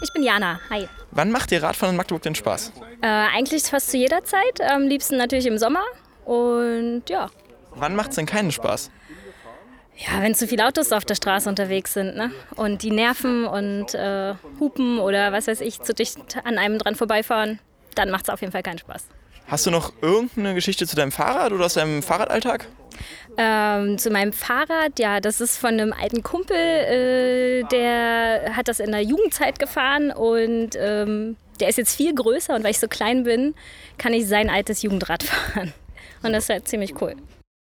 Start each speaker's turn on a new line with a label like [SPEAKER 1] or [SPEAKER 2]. [SPEAKER 1] Ich bin Jana. Hi.
[SPEAKER 2] Wann macht dir Radfahren in Magdeburg denn Spaß?
[SPEAKER 1] Äh, eigentlich fast zu jeder Zeit. Am liebsten natürlich im Sommer. Und ja.
[SPEAKER 2] Wann macht es denn keinen Spaß?
[SPEAKER 1] Ja, wenn zu viele Autos auf der Straße unterwegs sind, ne? Und die nerven und äh, hupen oder was weiß ich, zu dicht an einem dran vorbeifahren, dann macht es auf jeden Fall keinen Spaß.
[SPEAKER 2] Hast du noch irgendeine Geschichte zu deinem Fahrrad oder aus deinem Fahrradalltag?
[SPEAKER 1] Ähm, zu meinem Fahrrad, ja, das ist von einem alten Kumpel, äh, der hat das in der Jugendzeit gefahren und ähm, der ist jetzt viel größer und weil ich so klein bin, kann ich sein altes Jugendrad fahren. Und das ist halt ziemlich cool.